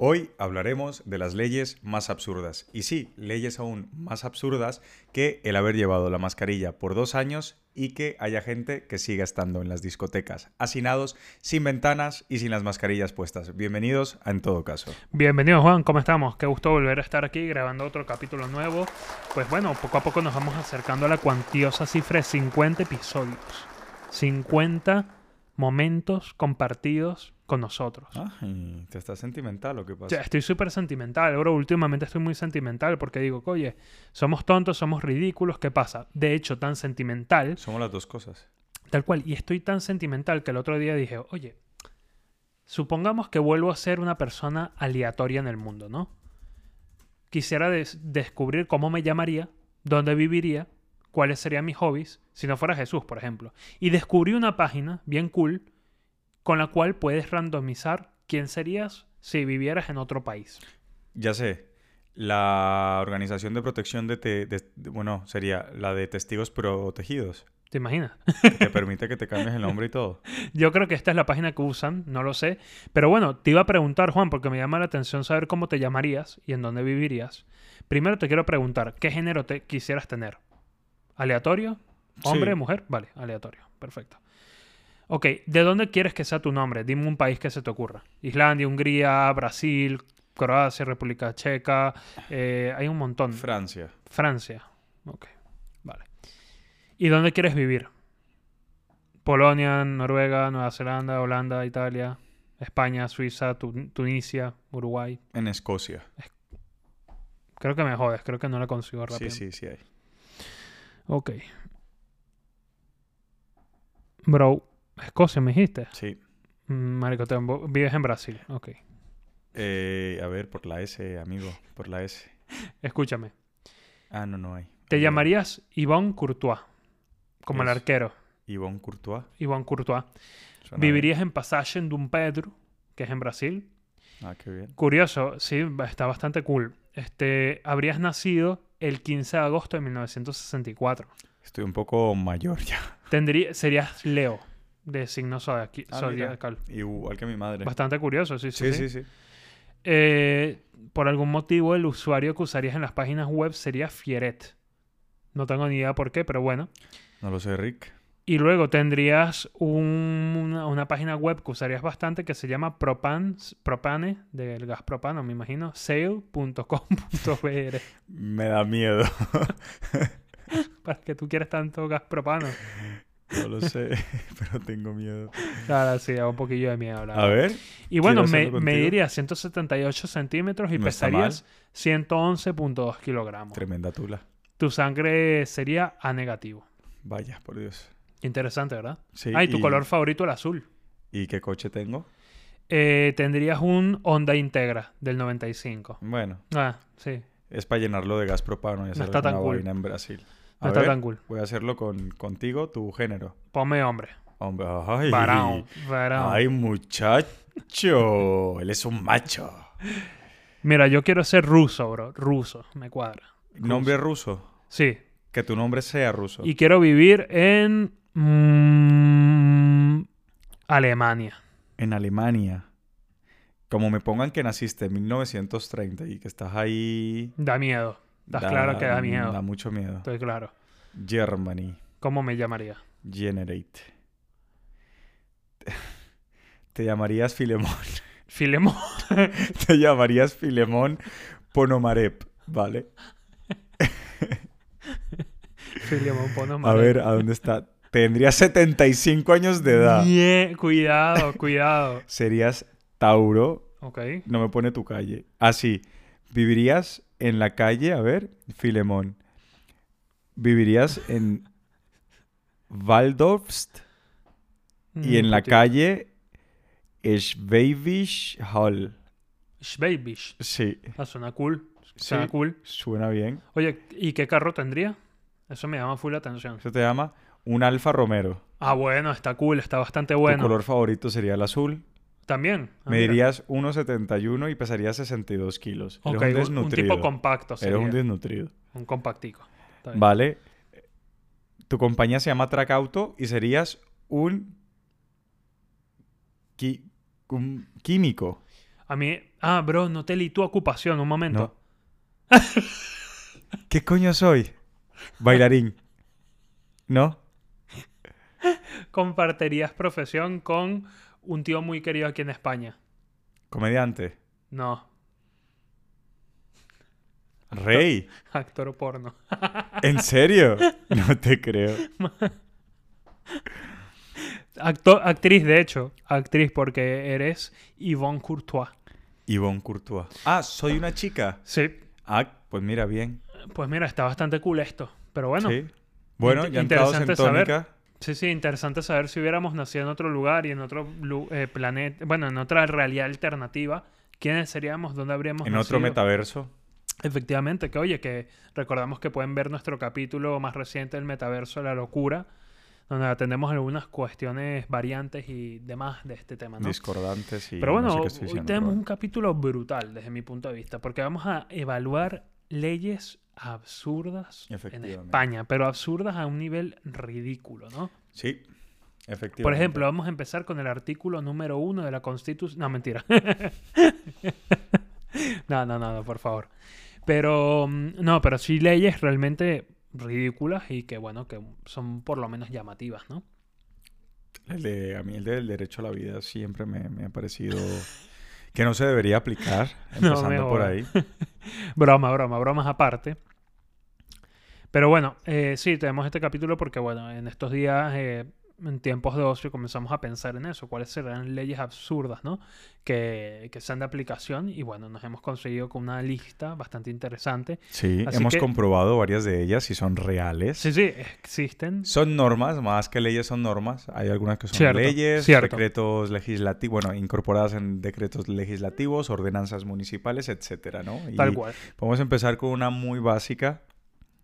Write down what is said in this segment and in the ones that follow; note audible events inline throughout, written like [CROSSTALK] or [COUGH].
Hoy hablaremos de las leyes más absurdas. Y sí, leyes aún más absurdas que el haber llevado la mascarilla por dos años y que haya gente que siga estando en las discotecas, hacinados, sin ventanas y sin las mascarillas puestas. Bienvenidos a En todo caso. Bienvenido Juan, ¿cómo estamos? Qué gusto volver a estar aquí grabando otro capítulo nuevo. Pues bueno, poco a poco nos vamos acercando a la cuantiosa cifra de 50 episodios. 50 momentos compartidos con nosotros. Ah, Ay, te estás sentimental lo que O pasa. sea, estoy súper sentimental, bro. Últimamente estoy muy sentimental porque digo, oye, somos tontos, somos ridículos, ¿qué pasa? De hecho, tan sentimental, Somos las dos cosas. tal cual, y estoy tan sentimental que el otro día dije, oye, supongamos que vuelvo a ser una persona aleatoria en el mundo, ¿no? Quisiera des- descubrir cómo me llamaría, dónde viviría, cuáles serían mis hobbies, si no fuera Jesús, por ejemplo. Y descubrí una página bien cool con la cual puedes randomizar quién serías si vivieras en otro país. Ya sé, la Organización de Protección de, te- de- de- Bueno, sería la de Testigos Protegidos, ¿Te imaginas? que te permite que te cambies el nombre y todo. Yo creo que esta es la página que usan, no lo sé. Pero bueno, te iba a preguntar, Juan, porque me llama la atención saber cómo te llamarías y en dónde vivirías. Primero te quiero preguntar, ¿qué género te quisieras tener? ¿Aleatorio? ¿Hombre, Sí. mujer? Vale, aleatorio. Perfecto. Ok, ¿de dónde quieres que sea tu nombre? Dime un país que se te ocurra. Islandia, Hungría, Brasil, Croacia, República Checa. eh, hay un montón. Francia. Francia. Ok, vale. ¿Y dónde quieres vivir? Polonia, Noruega, Nueva Zelanda, Holanda, Italia, España, Suiza, Tu- Tunisia, Uruguay. En Escocia. Creo que me jodes, creo que no la consigo rápido. Sí, sí, sí hay. Ok. Bro, Escocia me dijiste. Sí. Mm, Marico, te- vives en Brasil. Ok. Eh, a ver, por la S, amigo. Por la S. Escúchame. Ah, no, no hay. Te Olvídalo. llamarías Yvonne Courtois, como el Yes. arquero. Yvonne Courtois. Yvonne Courtois. Suena bien. Vivirías en Passage en Dom Pedro, que es en Brasil. Ah, qué bien. Curioso, sí, ba- está bastante cool. Este, habrías nacido el 15 de agosto de 1964. Estoy un poco mayor ya. [LAUGHS] Tendría, serías Leo, de signo zodiaqui- Ah, mira. zodiacal. Igual que mi madre. Bastante curioso, sí, sí. Sí, sí. sí, sí. Eh, por algún motivo, el usuario que usarías en las páginas web sería Fieret. No tengo ni idea por qué, pero bueno. No lo sé, Rick. Y luego tendrías un- una, una página web que usarías bastante que se llama Propans, Propane, del gas propano, me imagino, sale.com.br. Me da miedo. [LAUGHS] ¿Para que tú quieres tanto gas propano? [LAUGHS] No lo sé, [LAUGHS] pero tengo miedo. Claro, sí, da un poquillo de miedo. la A verdad. ver, y bueno, quiero me, hacerlo contigo. mediría 178 centímetros y No está pesarías 111.2 kilogramos. tremenda tula. Tu sangre sería A negativo. Vaya, por Dios. Interesante, ¿verdad? Sí, ah, y tu y- color favorito, el azul. ¿Y qué coche tengo? Eh, tendrías un Honda Integra del 95. Bueno, Ah, sí. es para llenarlo de gas propano y hacer está tan una cool. vaina en Brasil. A No está ver, tan cool. voy a hacerlo con, contigo, tu género. Ponme hombre. Hombre, ay. Varón. varón. Ay, muchacho. Él es un macho. Mira, yo quiero ser ruso, bro. Ruso. Me cuadra. Nombre ruso. Sí, Que tu nombre sea ruso. Y quiero vivir en mm, Alemania. en Alemania, como me pongan que naciste en 1930 y que estás ahí... Da miedo. Estás da- claro que da miedo. Da mucho miedo. Estoy claro. Germany, ¿Cómo me llamaría? Generate. Te llamarías Filemón. [LAUGHS] Filemón. [LAUGHS] Te llamarías Filemón Ponomarep, ¿vale? Filemón Ponomare. A ver, ¿a dónde está? Tendrías 75 años de edad. Ñe, Cuidado, cuidado. Serías Tauro. Ok. No me pone tu calle. Así. Vivirías en la calle, a ver, Filemón. Vivirías en Waldorfst Mm, y en la calle Schwäbisch Hall. Schweibisch. Sí, Ah, suena cool. Sí. Suena cool. suena bien. Oye, ¿y qué carro tendría? Eso me llama full la atención. Eso te llama un Alfa Romero. Ah, bueno, está cool, está bastante Tu bueno. color favorito sería el azul. También. Ah, mira. Medirías 1,71 y pesarías 62 kilos. Eres Ok, un un- un, desnutrido. tipo compacto. Eres Sería. un desnutrido. un compactico. Está bien. Vale. Tu compañía se llama Track Auto y serías un, qui- un químico. A mí, ah, bro, no te leí tu ocupación, un momento. No. ¿Qué coño soy? Bailarín. ¿No? Compartirías profesión con un tío muy querido aquí en España. Comediante. No, [LAUGHS] Rey. actor porno. ¿En serio? No te creo. Acto- actriz, de hecho. Actriz, porque eres Yvonne Courtois. Yvonne Courtois. Ah, soy una chica. Sí. Ah, pues mira, bien. Pues mira, está bastante cool esto. Pero bueno. Sí. Bueno, Int- ya entrados en interesante saber. tónica. Sí, sí, interesante saber si hubiéramos nacido en otro lugar y en otro lu- eh, planeta, bueno, en otra realidad alternativa, quiénes seríamos, dónde habríamos En otro nacido? metaverso. Efectivamente, que oye, que recordamos que pueden ver nuestro capítulo más reciente del metaverso, la locura, donde atendemos algunas cuestiones variantes y demás de este tema, ¿no? Discordantes y Pero bueno, no sé qué estoy hoy diciendo, tenemos pero un capítulo brutal desde mi punto de vista, porque vamos a evaluar leyes absurdas en Efectivamente. España, pero absurdas a un nivel ridículo, ¿no? bueno. Sí, efectivamente. Por ejemplo, vamos a empezar con el artículo número uno de la Constitución. No, mentira. [LAUGHS] no, no, no, no, por favor. Pero, mm, no, pero sí leyes realmente ridículas y que, bueno, que son por lo menos llamativas, ¿no? El de- a mí el del derecho a la vida siempre me, me ha parecido que no se debería aplicar, [LAUGHS] No, empezando me por jodas. ahí. Broma, broma, bromas aparte. Pero bueno, eh, sí, tenemos este capítulo porque, bueno, en estos días, eh, en tiempos de ocio, comenzamos a pensar en eso, cuáles serán leyes absurdas, ¿no? Que, que sean de aplicación y, bueno, nos hemos conseguido con una lista bastante interesante. Sí, Así hemos que- comprobado varias de ellas y son reales. Sí, sí, existen. Son normas, más que leyes son normas. Hay algunas que son Cierto, leyes, cierto. decretos legislativos, bueno, incorporadas en decretos legislativos, ordenanzas municipales, etcétera, ¿no? Y Tal cual. Podemos empezar con una muy básica,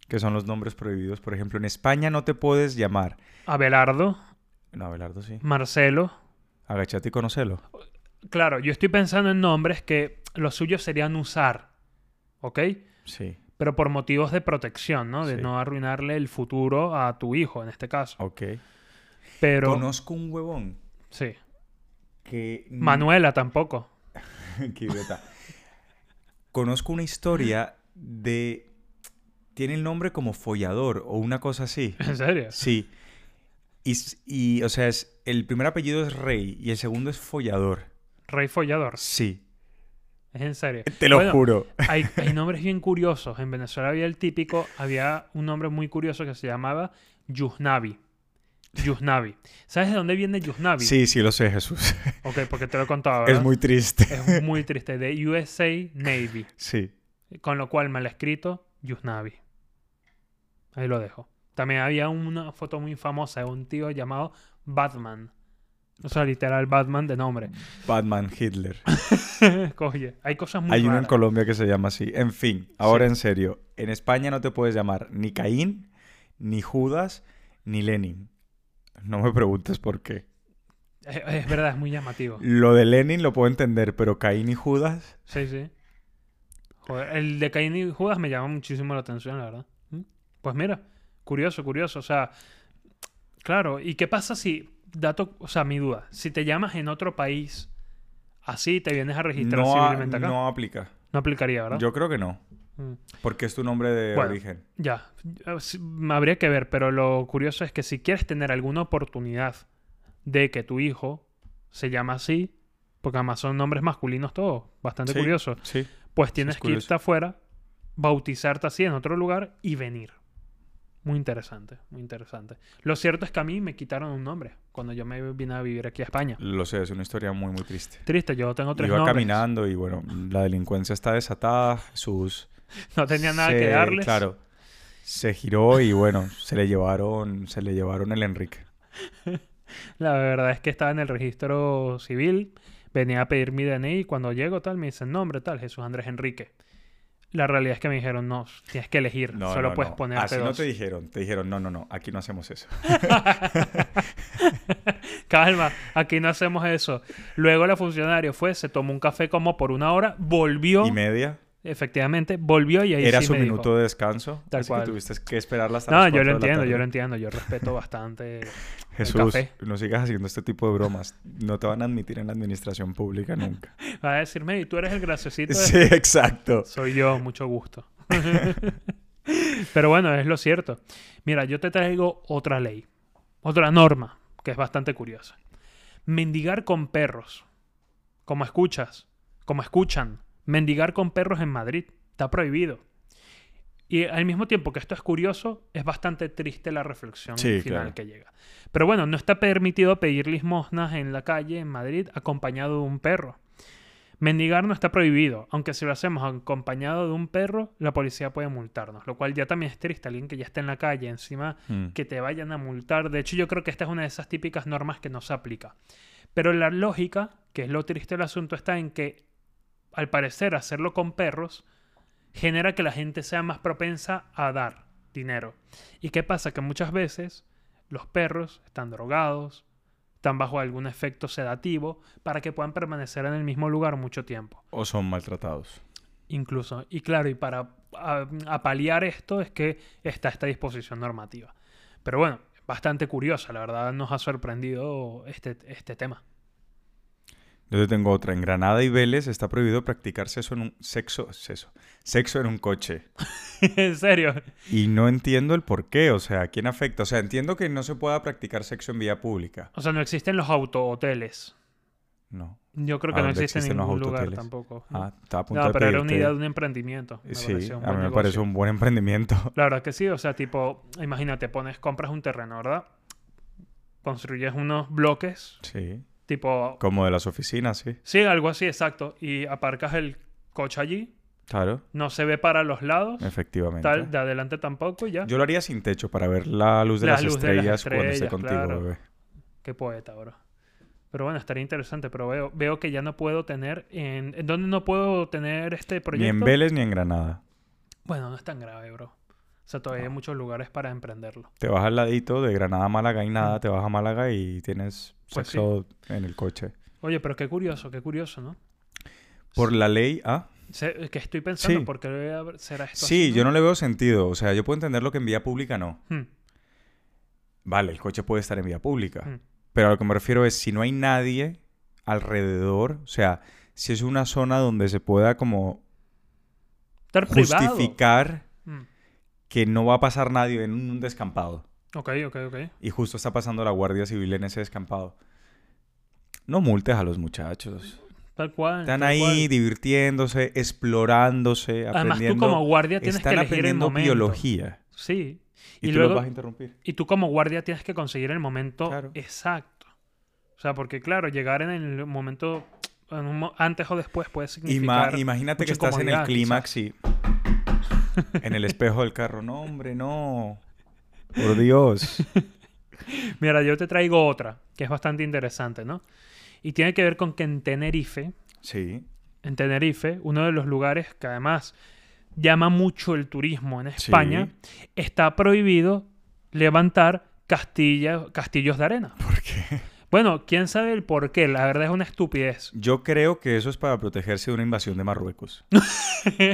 que son los nombres prohibidos. Por ejemplo, en España no te puedes llamar. Abelardo, No, Abelardo sí. Marcelo. Agachate y conocelo. Claro, yo estoy pensando en nombres que los suyos serían usar, ¿ok? Sí. Pero por motivos de protección, ¿no? De Sí. no arruinarle el futuro a tu hijo, en este caso. Ok. Pero. Conozco un huevón Sí. que... Manuela tampoco. [LAUGHS] [LAUGHS] Qué idiota. Conozco una historia de... Tiene el nombre como follador o una cosa así. ¿En serio? Sí. Y, s- y, o sea, es, el primer apellido es Rey y el segundo es follador. Rey follador. Sí. Es en serio. Te lo Bueno, juro. [LAUGHS] Hay, hay nombres bien curiosos. En Venezuela había el típico, había un nombre muy curioso que se llamaba Yusnavi. Yusnavi. ¿Sabes de dónde viene Yusnavi? Sí, sí, lo sé, Jesús. Ok, porque te lo he contado. Es ¿verdad? muy triste. Es muy triste. De USA Navy. Sí. Con lo cual mal escrito, Yusnavi. Ahí lo dejo. También había una foto muy famosa de un tío llamado Batman. O sea, literal Batman de nombre. Batman Hitler. [LAUGHS] Oye, hay cosas muy Hay uno en raras. Colombia que se llama así. En fin, ahora en serio. En España no te puedes llamar ni Caín, ni Judas, ni Lenin. No me preguntes por qué. Es, es verdad, es [LAUGHS] muy llamativo. Lo de Lenin lo puedo entender, pero Caín y Judas. Sí, sí. Joder, el de Caín y Judas me llama muchísimo la atención, la verdad. ¿Mm? Pues mira, curioso, curioso. O sea, claro, ¿y qué pasa si, dato, o sea, mi duda, si te llamas en otro país, así te vienes a registrar No, a- civilmente acá? No, no aplica. aplicaría, ¿verdad? Yo creo que no. Mm. Porque es tu nombre de Bueno. origen. Ya, eh, sí, me habría que ver, pero lo curioso es que si quieres tener alguna oportunidad de que tu hijo se llame así, porque además son nombres masculinos todos, bastante Sí. curioso, Sí. pues tienes que curioso. irte afuera, bautizarte así en otro lugar y venir. Muy interesante, muy interesante. Lo cierto es que a mí me quitaron un nombre cuando yo me vine a vivir aquí a España. Lo sé, es una historia muy, muy triste. Triste, yo tengo tres Iba nombres. caminando y bueno, la delincuencia está desatada. Jesús. [LAUGHS] No tenía nada se- que darles. Claro. Se giró y bueno, se le llevaron, se le llevaron el Enrique. La verdad es que estaba en el registro civil, venía a pedir mi DNI y cuando llego tal me dicen nombre tal, Jesús Andrés Enrique. La realidad es que me dijeron no, tienes que elegir, No, solo no, puedes no. ponerte Así no dos. te dijeron, te dijeron, no, no, no, aquí no hacemos eso. Calma, aquí no hacemos eso. Luego la funcionaria fue, se tomó un café como por una hora, volvió, Y media, efectivamente, volvió y ahí era sí su me dijo. minuto de descanso, Tal así cual. que tuviste que esperarla hasta No, las yo cuatro lo de la entiendo, yo lo tarde. entiendo, yo respeto bastante Jesús, café. no sigas haciendo este tipo de bromas. No te van a admitir en la administración pública [LAUGHS] nunca. Va a decirme, y tú eres [LAUGHS] el graciosito. de- Sí, exacto. Soy yo, mucho gusto. [LAUGHS] Pero bueno, es lo cierto. Mira, yo te traigo otra ley, otra norma, que es bastante curiosa. Mendigar con perros. Como escuchas, como escuchan, mendigar con perros en Madrid está prohibido. Y al mismo tiempo que esto es curioso, es bastante triste la reflexión Sí, final claro. que llega. Pero bueno, no está permitido pedir limosnas en la calle en Madrid acompañado de un perro. Mendigar no está prohibido, aunque si lo hacemos acompañado de un perro, la policía puede multarnos, lo cual ya también es triste, alguien que ya está en la calle, encima Mm. que te vayan a multar. De hecho, yo creo que esta es una de esas típicas normas que no se aplica. Pero la lógica, que es lo triste del asunto, está en que, al parecer, hacerlo con perros genera que la gente sea más propensa a dar dinero. ¿Y qué pasa? Que muchas veces los perros están drogados, están bajo algún efecto sedativo, para que puedan permanecer en el mismo lugar mucho tiempo O son maltratados. incluso. Y claro, y para a- apalear esto es que está esta disposición normativa. Pero bueno, bastante curiosa, la verdad nos ha sorprendido este, este tema. [LAUGHS] Yo te tengo otra. En Granada y Vélez está prohibido practicar sexo en un sexo, sexo, sexo en un coche. en serio. Y no entiendo el por qué. O sea, ¿a quién afecta? O sea, entiendo que no se pueda practicar sexo en vía pública. O sea, no existen los autohoteles. Ah, No. Yo ¿A creo que no dónde existe en existen los ningún lugar autohoteles? tampoco. Ah, estaba a punto no, de pero era una pedirte- idea de un emprendimiento. Me Sí, pareció un a mí buen me negocio. parece un buen [LAUGHS] emprendimiento. La verdad que sí, o sea, tipo, imagínate, pones, compras un terreno, ¿verdad? Construyes unos bloques, Sí. tipo, Como de las oficinas, sí. sí, algo así, exacto, y aparcas el coche allí, Claro. No se ve para los lados. Efectivamente. Tal, de adelante tampoco, y ya. Yo lo haría sin techo para ver la luz de, La las, luz de estrellas las cuando esté estrellas, contigo, claro. bebé. Qué poeta, bro. Pero bueno, estaría interesante. Pero veo, veo que ya no puedo tener. En, ¿en ¿Dónde no puedo tener Ni este en proyecto? Vélez ni en Granada. bueno, no es tan grave, bro. O sea, todavía Ah. hay muchos lugares para emprenderlo. Te vas al ladito de Granada a Málaga y nada, te vas a Málaga y tienes Mm. Pues sexo en el coche. Oye, pero qué curioso, qué curioso, ¿no? Por la ley, ah, Se- que estoy pensando, Sí. ¿por qué voy a- será esto? sí, así, yo no le veo sentido. O sea, yo puedo entender lo que en vía pública no. Hmm, Vale, el coche puede estar en vía pública. hmm. Pero a lo que me refiero es si no hay nadie alrededor, o sea, si es una zona donde se pueda como Estar privado. justificar Hmm. que no va a pasar nadie en un descampado. Ok, ok, ok. Y justo está pasando la Guardia Civil en ese descampado. No multes a los muchachos. Tal cual. Están Mm, tal ahí cual. divirtiéndose, explorándose, aprendiendo. Además, tú como guardia tienes que están elegir el aprendiendo momento. biología. Sí. Y, Y tú luego- los vas a interrumpir. Y tú como guardia tienes que conseguir el momento Claro. exacto. O sea, porque claro, llegar en el momento en un mo- antes o después puede Ima- significar... imagínate que mucha estás en el incomodidad, clímax y. en el espejo del carro. No, hombre, no. Por Dios. Mira, yo te traigo otra, que es bastante interesante, ¿no? Y tiene que ver con que en Tenerife, Sí. en Tenerife, uno de los lugares que además llama mucho el turismo en España, está prohibido levantar castilla- castillos de arena. ¿Por qué? Bueno, quién sabe el por qué, la verdad es una estupidez. Yo creo que eso es para protegerse de una invasión de Marruecos.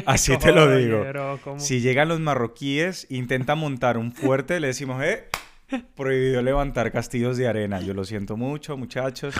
Así te lo Oye, digo. bro, ¿cómo? Si llegan los marroquíes, intentan montar un fuerte, le decimos, eh, prohibido levantar castillos de arena. Yo lo siento mucho, muchachos.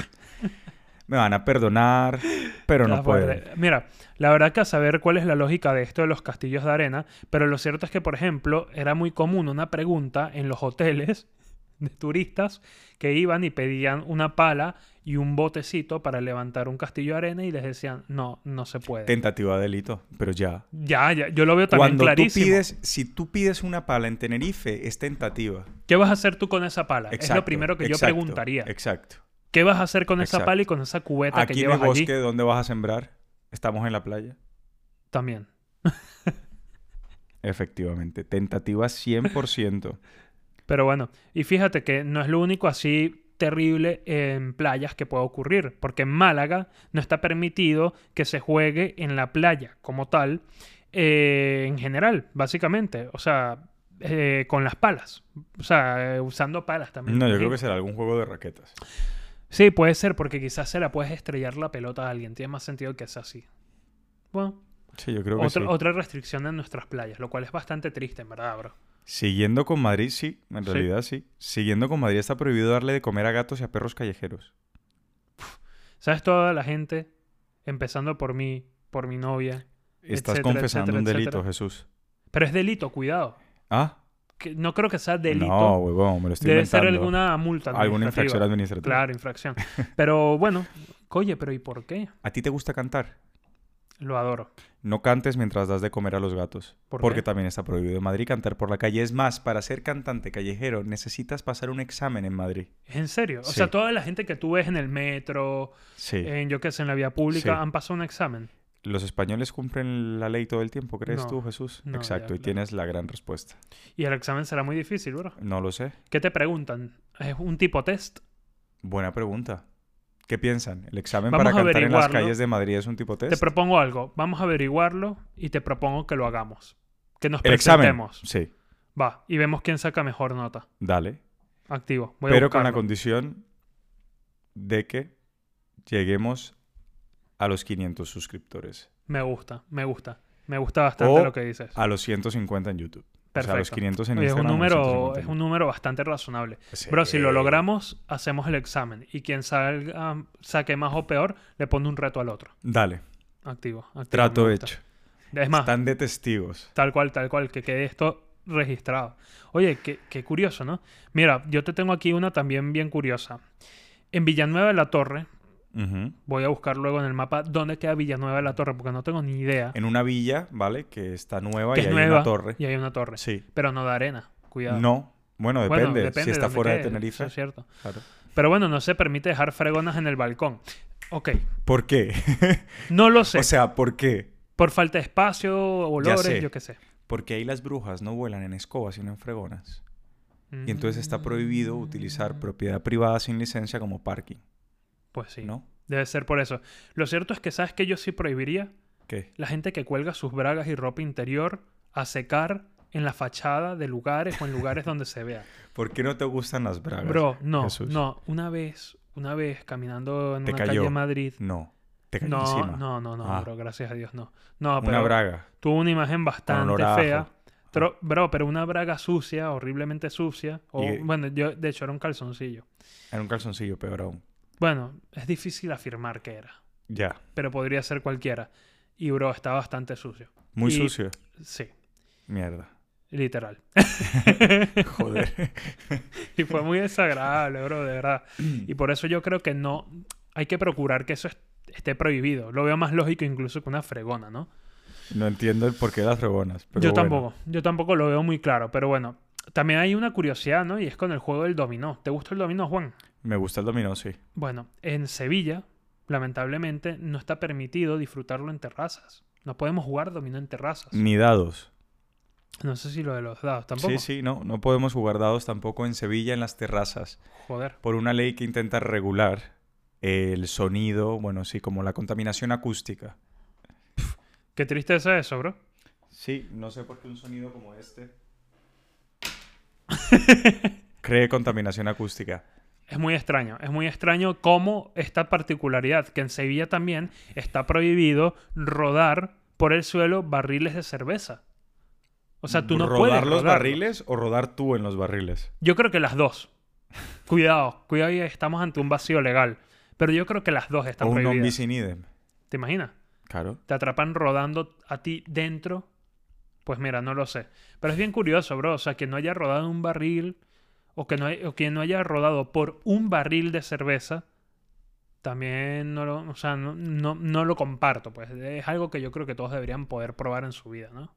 Me van a perdonar, pero Las no pueden. bordes- Mira, la verdad que a saber cuál es la lógica de esto de los castillos de arena, pero lo cierto es que, por ejemplo, era muy común una pregunta en los hoteles [LAUGHS] de turistas que iban y pedían una pala y un botecito para levantar un castillo de arena y les decían, no, no se puede. Tentativa de delito, pero ya. Ya, ya, yo lo veo también Cuando tú clarísimo. pides, si tú pides una pala en Tenerife, es tentativa. ¿Qué vas a hacer tú con esa pala? es lo Exacto, primero que yo exacto, preguntaría. Exacto. ¿Qué vas a hacer con esa Exacto. pala y con esa cubeta que Aquí en el llevas allí? bosque, ¿dónde vas a sembrar? Estamos en la playa. También. Efectivamente, tentativa 100%. [LAUGHS] Pero bueno, y fíjate que no es lo único así terrible en playas que puede ocurrir, porque en Málaga no está permitido que se juegue en la playa como tal, eh, en general, básicamente, o sea, eh, con las palas, o sea, eh, usando palas también. No, yo creo imagino. que será algún juego de raquetas. Sí, puede ser, porque quizás se la puedes estrellar la pelota a alguien, tiene más sentido que sea así. Bueno, Sí, yo creo que otra, sí. otra restricción en nuestras playas, lo cual es bastante triste, en verdad, bro. Siguiendo con Madrid, sí, en Sí. realidad sí. Siguiendo con Madrid está prohibido darle de comer a gatos y a perros callejeros. ¿Sabes toda la gente? Empezando por mí, por mi novia. Estás Etcétera, confesando etcétera, un delito, etcétera. Jesús. Pero es delito, cuidado. Ah, Que no creo que sea delito. no, huevón, me lo estoy Debe ser inventando. alguna multa. Alguna administrativa. infracción administrativa. Claro, infracción. Pero bueno, oye, pero ¿y por qué? ¿A ti te gusta cantar? Lo adoro. No cantes mientras das de comer a los gatos. ¿Por porque qué? también está prohibido en Madrid cantar por la calle. Es más, para ser cantante callejero necesitas pasar un examen en Madrid. ¿Es en serio? O Sí. sea, toda la gente que tú ves en el metro, Sí. en yo qué sé, en la vía pública, Sí. han pasado un examen. Eh, ¿Los españoles cumplen la ley todo el tiempo, crees No, tú, Jesús? no, ya, Exacto, y claro. tienes la gran respuesta. Y el examen será muy difícil, bro. No lo sé. ¿Qué te preguntan? ¿Es un tipo test? Buena pregunta. ¿Qué piensan? ¿El examen Vamos para a cantar en las averiguarlo. calles de Madrid es un tipo test? Te propongo algo. Vamos a averiguarlo y te propongo que lo hagamos. Que nos ¿El examen? presentemos. Sí, Va, y vemos quién saca mejor nota. dale. Activo. Voy a Pero con la buscarlo. condición de que lleguemos a los 500 suscriptores. Me gusta, me gusta. Me gusta bastante O lo que dices. A los $150 en YouTube. O sea, a los Perfecto. 500 en Oye, es un Instagram. número, es un número bastante razonable. Bro, si lo logramos, hacemos el examen. Y quien salga, saque más o peor, le pone un reto al otro. Dale, Activo. activo, trato me gusta. hecho. Es más, Están de testigos. tal cual, tal cual, que quede esto registrado. Oye, qué, qué curioso, ¿no? Mira, yo te tengo aquí una también bien curiosa. En Villanueva de la Torre, Ujú. voy a buscar luego en el mapa dónde queda Villanueva de la Torre, porque no tengo ni idea. En una villa, ¿vale? Que está nueva Ah. que y es hay nueva una torre. y hay una torre. Sí. Pero no de arena, cuidado. No. Bueno, Bueno, depende. depende si está dónde fuera de quede, eso Tenerife. es cierto. claro. Pero bueno, no se permite dejar fregonas en el balcón. Ok, ¿Por qué? [LAUGHS] no lo sé. o sea, ¿por qué? por falta de espacio, olores, sé. yo qué sé. Porque ahí las brujas no vuelan en escobas, sino en fregonas. Y entonces está prohibido utilizar Mm, propiedad privada sin licencia como parking, Pues sí, ¿no? debe ser por eso. Lo cierto es que, ¿sabes que yo sí prohibiría? ¿Qué? La gente que cuelga sus bragas y ropa interior a secar en la fachada de lugares o [LAUGHS] en lugares donde se vea. ¿Por qué no te gustan las bragas? Bro, no, Jesús. no. Una vez, una vez caminando en Te una cayó. calle de Madrid. No. Te caen No, encima. no, no, no, Ah. bro, gracias a Dios, no. No, Una Ah, pero braga. tuvo una imagen Con bastante olor a fea. ajo. Pero, bro, pero una braga sucia, horriblemente sucia. O, Y- Bueno, yo de hecho era un calzoncillo. Era un calzoncillo, peor aún. Bueno, es difícil afirmar que era, Ya. pero podría ser cualquiera. Y, bro, está bastante sucio. Muy Y- sucio. Sí, Mierda. [LAUGHS] literal. [LAUGHS] Joder. y fue muy desagradable, bro, de verdad. [LAUGHS] Y por eso yo creo que no, hay que procurar que eso est- esté prohibido. Lo veo más lógico incluso que una fregona, ¿no? no entiendo el porqué de las fregonas. pero yo bueno. tampoco, yo tampoco lo veo muy claro, pero bueno. También hay una curiosidad, ¿no? Y es con el juego del dominó. ¿Te gusta el dominó, Juan? Me gusta el dominó, sí. Bueno, en Sevilla, lamentablemente, no está permitido disfrutarlo en terrazas. No podemos jugar dominó en terrazas. Ni dados. No sé si lo de los dados tampoco. Sí, sí, no. No podemos jugar dados tampoco en Sevilla, en las terrazas. Joder. por una ley que intenta regular el sonido, bueno, sí, como la contaminación acústica. Qué tristeza eso, bro. Sí, no sé por qué un sonido como [LAUGHS] este cree contaminación acústica. Es muy extraño. Es muy extraño cómo esta particularidad, que en Sevilla también está prohibido rodar por el suelo barriles de cerveza. O sea, tú no ¿Rodar puedes los rodarlo. barriles o rodar tú en los barriles? Yo creo que las dos. Cuidado, cuidado, ya estamos ante un vacío legal. Pero yo creo que las dos O están un non prohibidas. bis in idem. ¿Te imaginas? Claro. Te atrapan rodando a ti dentro. Pues mira, no lo sé. Pero es bien curioso, bro. O sea, que no haya rodado un barril o que no, hay- o que no haya rodado por un barril de cerveza. También no lo, o sea, no, no- no lo comparto. Pues es algo que yo creo que todos deberían poder probar en su vida, ¿no?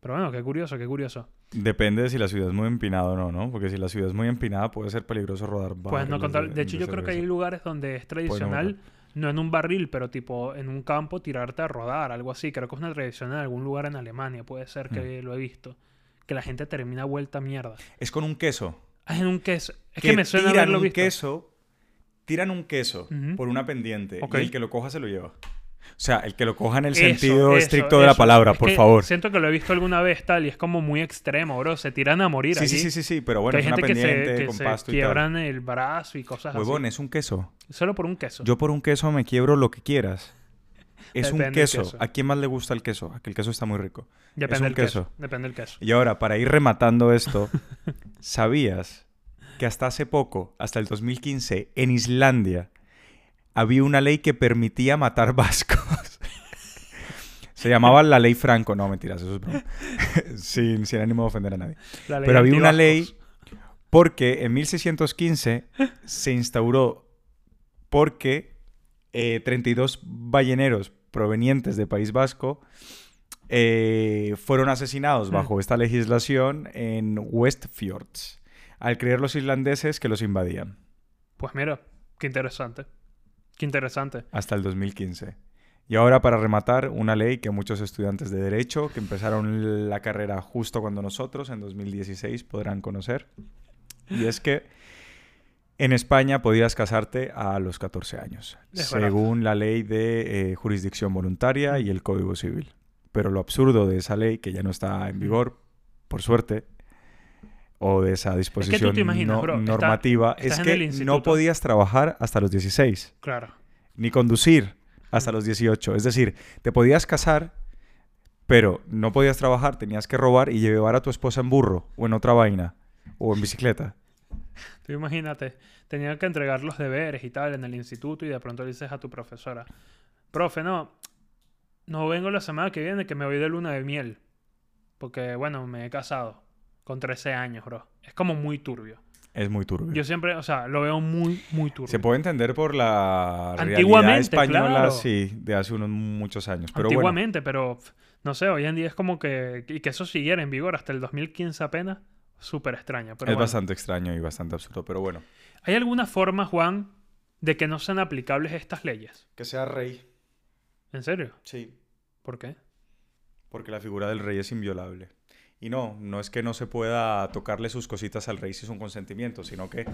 Pero bueno, qué curioso, qué curioso. Depende de si la ciudad es muy empinada o no, ¿no? Porque si la ciudad es muy empinada puede ser peligroso rodar Pues no barriles contar. De hecho, yo creo que hay cerveza. lugares donde es tradicional, no en un barril, pero tipo en un campo tirarte a rodar, algo así. Creo que es una tradición en algún lugar en Alemania, puede ser Hmm. que lo he visto. Que la gente termina vuelta a mierda. Es con un queso. Ah, en un queso. Es que, me suena tiran haberlo un visto. queso, tiran un queso Ujú. por una pendiente Ok. y el que lo coja se lo lleva. O sea, el que lo coja en el Eso, sentido eso, estricto de la eso. palabra, Es por que favor. Sí, Siento que lo he visto alguna vez tal y es como muy extremo, bro. Se tiran a morir. sí, allí. sí, sí, sí, pero Que bueno, hay es una gente que pendiente se, que con se pasto y tal. quiebran el brazo y cosas Huevón, así. es un queso. Solo por un queso. Yo por un queso me quiebro lo que quieras. Es Depende un del queso. queso. ¿A quién más le gusta el queso? A que el queso está muy rico. Depende un del queso. queso. Depende del queso. Y ahora, para ir rematando esto, [LAUGHS] ¿sabías que hasta hace poco, hasta el 2015, en Islandia, había una ley que permitía matar vascos? [LAUGHS] Se llamaba la ley Franco. No, mentiras, eso es broma. [LAUGHS] sin, sin ánimo de ofender a nadie. La pues. ley Pero había una antibascos. ley porque en 1615 se instauró porque eh, 32 balleneros provenientes de País Vasco eh, fueron asesinados Mm. bajo esta legislación en Westfjords al creer los islandeses que los invadían Pues mira, qué interesante. Qué interesante. hasta el 2015. Y ahora para rematar, una ley que muchos estudiantes de derecho que empezaron la carrera justo cuando nosotros, en 2016, podrán conocer. Y es que en España podías casarte a los 14 años, Es verdad. según la ley de eh, jurisdicción voluntaria y el Código Civil. Pero lo absurdo de esa ley, que ya no está en vigor, por suerte, o de esa disposición te imaginas, no- bro, está- normativa, estás en el es que instituto. no podías trabajar hasta los 16 Claro. ni conducir hasta los 18. Es decir, te podías casar, pero no podías trabajar, tenías que robar y llevar a tu esposa en burro o en otra vaina o en bicicleta. Tú imagínate, tenía que entregar los deberes y tal en el instituto y de pronto le dices a tu profesora, profe, no, no vengo la semana que viene que me voy de luna de miel. Porque, bueno, me he casado con 13 años, bro. Es como muy turbio. Es muy turbio. Yo siempre, o sea, lo veo muy, muy turbio. Se puede entender por la realidad Antiguamente, española, claro. sí, de hace unos muchos años. Pero bueno, Antiguamente, pero pf, no sé, hoy en día es como que. Y que eso siguiera en vigor hasta el 2015 apenas. Súper extraño. Pero es bueno. bastante extraño y bastante absurdo. Pero bueno, ¿Hay alguna forma, Juan, de que no sean aplicables estas leyes? que sea rey, ¿En serio? sí, ¿Por qué? porque la figura del rey es inviolable. Y no, no es que no se pueda tocarle sus cositas al rey si es un consentimiento, sino que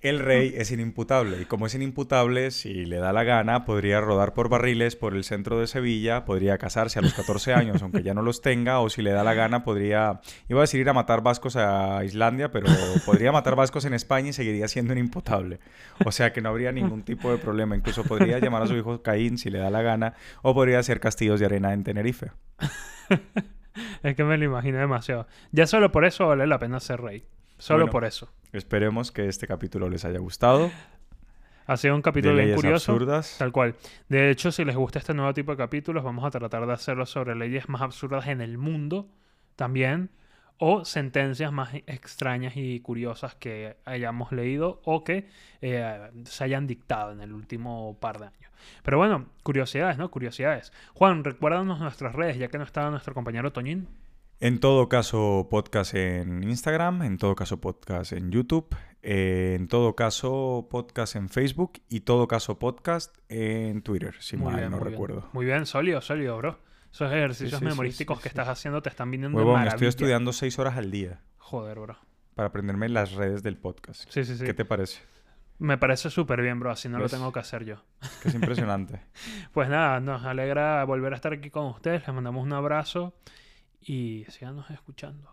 el rey es inimputable. Y como es inimputable, si le da la gana, podría rodar por barriles por el centro de Sevilla, podría casarse a los 14 años, aunque ya no los tenga, o si le da la gana, podría. Iba a decir ir a matar vascos a Islandia, pero podría matar vascos en España y seguiría siendo inimputable. O sea que no habría ningún tipo de problema. Incluso podría llamar a su hijo Caín si le da la gana, o podría hacer castillos de arena en Tenerife. Es que me lo imaginé demasiado. Ya solo por eso vale la pena ser rey. Solo Bueno. por eso. Esperemos que este capítulo les haya gustado. Ha sido un De capítulo bien leyes curioso. absurdas. Tal cual. De hecho, si les gusta este nuevo tipo de capítulos, vamos a tratar de hacerlo sobre leyes más absurdas en el mundo también. O sentencias más extrañas y curiosas que hayamos leído o que eh, se hayan dictado en el último par de años. Pero bueno, curiosidades, ¿no? Curiosidades. Juan, recuérdanos nuestras redes, ya que no estaba nuestro compañero Toñín. En todo caso, podcast en Instagram, en todo caso, podcast en YouTube, eh, en todo caso, podcast en Facebook y todo caso, podcast en Twitter, si mal no muy recuerdo. Muy bien, sólido, sólido, bro. Esos ejercicios sí, sí, memorísticos sí, que sí. estás haciendo te están viniendo de Huevón, maravilla. estoy estudiando seis horas al día Joder, bro. para aprenderme las redes del podcast. Sí, sí, sí. ¿Qué te parece? Me parece súper bien, bro. Así no ¿Ves? lo tengo que hacer yo. Es que es impresionante. Pues nada, nos alegra volver a estar aquí con ustedes. Les mandamos un abrazo y síganos escuchando.